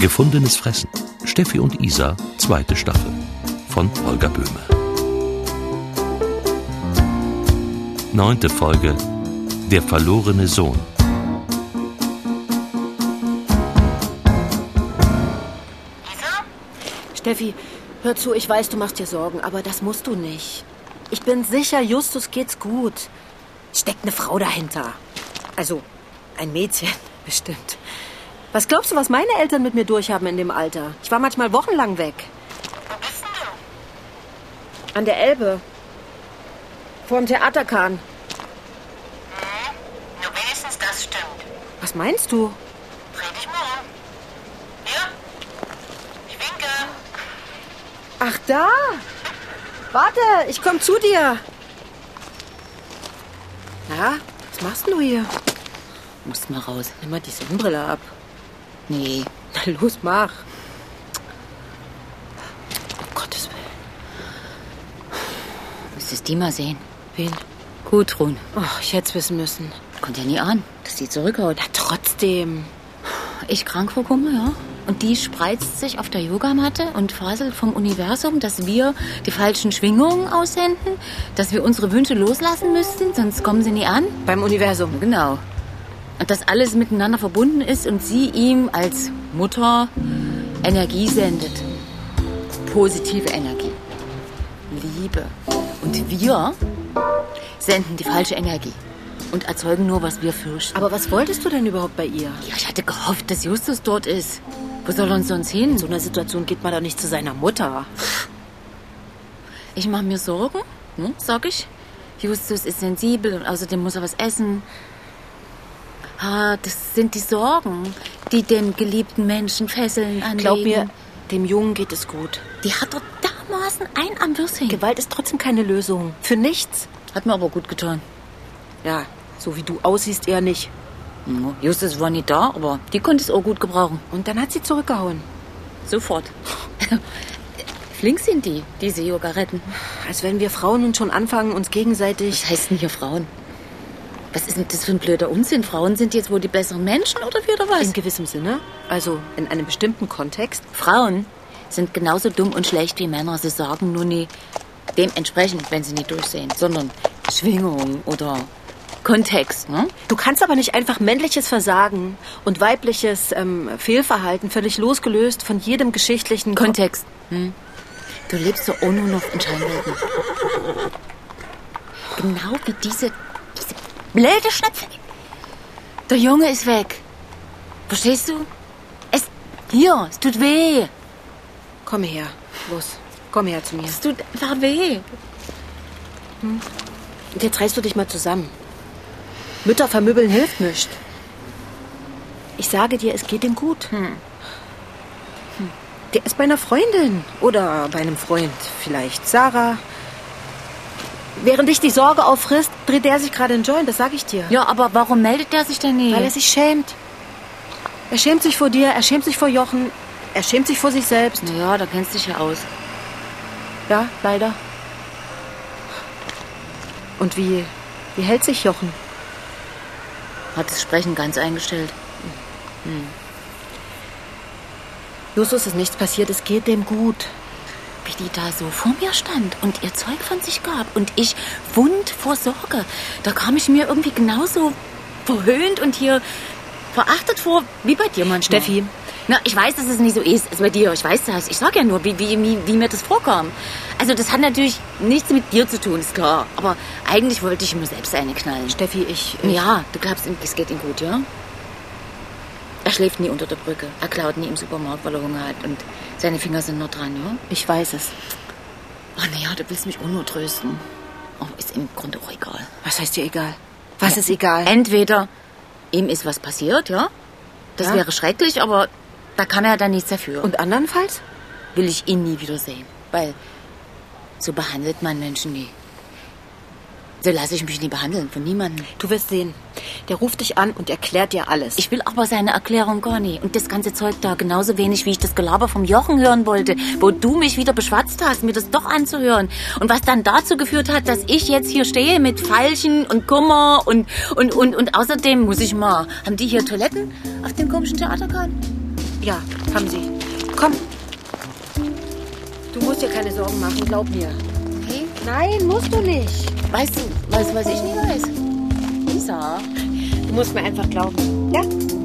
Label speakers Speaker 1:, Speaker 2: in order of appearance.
Speaker 1: Gefundenes Fressen. Steffi und Isa, zweite Staffel. Von Holger Böhme. Neunte Folge. Der verlorene Sohn.
Speaker 2: Isa?
Speaker 3: Steffi, hör zu, ich weiß, du machst dir Sorgen, aber das musst du nicht. Ich bin sicher, Justus geht's gut. Steckt eine Frau dahinter. Also, ein Mädchen, bestimmt. Was glaubst du, was meine Eltern mit mir durchhaben in dem Alter? Ich war manchmal wochenlang weg.
Speaker 2: Wo bist denn du?
Speaker 3: An der Elbe. Vorm Theaterkahn.
Speaker 2: Nur wenigstens das stimmt.
Speaker 3: Was meinst du?
Speaker 2: Dreh dich mal um. Hier? Ich winke.
Speaker 3: Ach, da! Warte, ich komm zu dir. Na, was machst denn du hier?
Speaker 4: Musst mal raus.
Speaker 3: Nimm mal die Sonnenbrille ab.
Speaker 4: Nee,
Speaker 3: Na los, mach.
Speaker 4: um Gottes Willen. Müsstest die mal sehen.
Speaker 3: Wen?
Speaker 4: Gudrun.
Speaker 3: Oh, ich hätt's wissen müssen.
Speaker 4: Kommt ja nie an, dass die zurückhaut.
Speaker 3: Na trotzdem.
Speaker 4: Ich krank vor Kummer, ja. Und die spreizt sich auf der Yogamatte und faselt vom Universum, dass wir die falschen Schwingungen aussenden, dass wir unsere Wünsche loslassen müssten, sonst kommen sie nie an.
Speaker 3: Beim Universum.
Speaker 4: Genau. Und dass alles miteinander verbunden ist und sie ihm als Mutter Energie sendet. Positive Energie. Liebe. Und wir senden die falsche Energie und erzeugen nur, was wir fürchten.
Speaker 3: Aber was wolltest du denn überhaupt bei ihr?
Speaker 4: Ja, ich hatte gehofft, dass Justus dort ist. Wo soll er uns sonst hin?
Speaker 3: In so einer Situation geht man doch nicht zu seiner Mutter.
Speaker 4: Ich mache mir Sorgen, ne, sag ich. Justus ist sensibel und außerdem muss er was essen. Ah, das sind die Sorgen, die den geliebten Menschen fesseln anlegen.
Speaker 3: Glaub mir, dem Jungen geht es gut.
Speaker 4: die hat doch dermaßen ein am Würstchen.
Speaker 3: Gewalt ist trotzdem keine Lösung. Für nichts.
Speaker 4: Hat mir aber gut getan.
Speaker 3: Ja, so wie du aussiehst, eher nicht.
Speaker 4: Ja, Hm, Justus war nicht da, aber die konnte es auch gut gebrauchen.
Speaker 3: Und dann hat sie zurückgehauen.
Speaker 4: Sofort. Flink sind die, diese Yogaretten.
Speaker 3: Als wenn wir Frauen nun schon anfangen, uns gegenseitig.
Speaker 4: Was heißt denn hier Frauen? Was ist denn das für ein blöder Unsinn? Frauen sind jetzt wohl die besseren Menschen oder wie oder was?
Speaker 3: In gewissem Sinne, also in einem bestimmten Kontext.
Speaker 4: Frauen sind genauso dumm und schlecht wie Männer. Sie sagen nur nie dementsprechend, wenn sie nicht durchsehen, sondern Schwingung oder Kontext, ne?
Speaker 3: Du kannst aber nicht einfach männliches Versagen und weibliches ähm, Fehlverhalten völlig losgelöst von jedem geschichtlichen Kon
Speaker 4: Kontext. Hm? Du lebst so ohne noch in Scheinwelten. Genau wie diese, diese blöde Schnepfe. Der Junge ist weg. Verstehst du? Es, hier, es tut weh.
Speaker 3: Komm her, los. Komm her zu mir.
Speaker 4: Es tut einfach weh.
Speaker 3: Und Jetzt reißt du dich mal zusammen. Mütter vermöbeln hilft nicht. Ich sage dir, es geht ihm gut. Hm. Der ist bei einer Freundin oder bei einem Freund, vielleicht Sarah. Während dich die Sorge auffrisst, dreht der sich gerade in Joint, das sage ich dir.
Speaker 4: Ja, aber warum meldet der sich denn nicht?
Speaker 3: Weil er sich schämt. Er schämt sich vor dir, er schämt sich vor Jochen, er schämt sich vor sich selbst.
Speaker 4: naja, da kennst du dich ja aus.
Speaker 3: Ja, leider. Und wie, wie hält sich Jochen?
Speaker 4: Hat das Sprechen ganz eingestellt.
Speaker 3: Justus ist nichts passiert, es geht dem gut.
Speaker 4: Wie die da so vor mir stand und ihr Zeug von sich gab und ich wund vor Sorge. Da kam ich mir irgendwie genauso verhöhnt und hier verachtet vor, wie bei dir manchmal.
Speaker 3: Steffi.
Speaker 4: Na, ich weiß, dass es nicht so ist, ist bei dir. Ich weiß das. Ich sag ja nur, wie, wie, wie, wie mir das vorkam. Also das hat natürlich nichts mit dir zu tun, ist klar. Aber eigentlich wollte ich mir selbst eine knallen.
Speaker 3: Steffi, ich. ich
Speaker 4: Ja, du glaubst, ihm- es geht ihm gut, ja? Er schläft nie unter der Brücke. Er klaut nie im Supermarkt, weil er Hunger hat. Und seine Finger sind noch dran, ja?
Speaker 3: Ich weiß es.
Speaker 4: Ach naja, Oh, du willst mich auch nur trösten. Aber ist im Grunde auch egal.
Speaker 3: Was heißt dir egal? Was ist egal?
Speaker 4: Äh. Entweder ihm ist was passiert, ja? Das
Speaker 3: Ja.
Speaker 4: wäre schrecklich, aber da kann er dann nichts dafür. Und
Speaker 3: Und andernfalls?
Speaker 4: will ich ihn nie wiedersehen. Weil so behandelt man Menschen nie. So lasse ich mich nie behandeln, von niemandem.
Speaker 3: Du wirst sehen. Der ruft dich an und erklärt dir alles.
Speaker 4: Ich will aber seine Erklärung gar nicht. Und das ganze Zeug da genauso wenig, wie ich das Gelaber vom Jochen hören wollte, wo du mich wieder beschwatzt hast, mir das doch anzuhören. Und was dann dazu geführt hat, dass ich jetzt hier stehe mit Falschen und Kummer und, und, und, und außerdem muss ich mal, haben die hier Toiletten auf dem komischen Theaterkahn?
Speaker 3: Ja, haben sie. Komm. Du musst dir keine Sorgen machen, glaub mir.
Speaker 4: Hey,
Speaker 3: Nein, musst du nicht.
Speaker 4: weißt du, weißt du, was ich nie weiß? Isa.
Speaker 3: Du musst mir einfach glauben. Ja?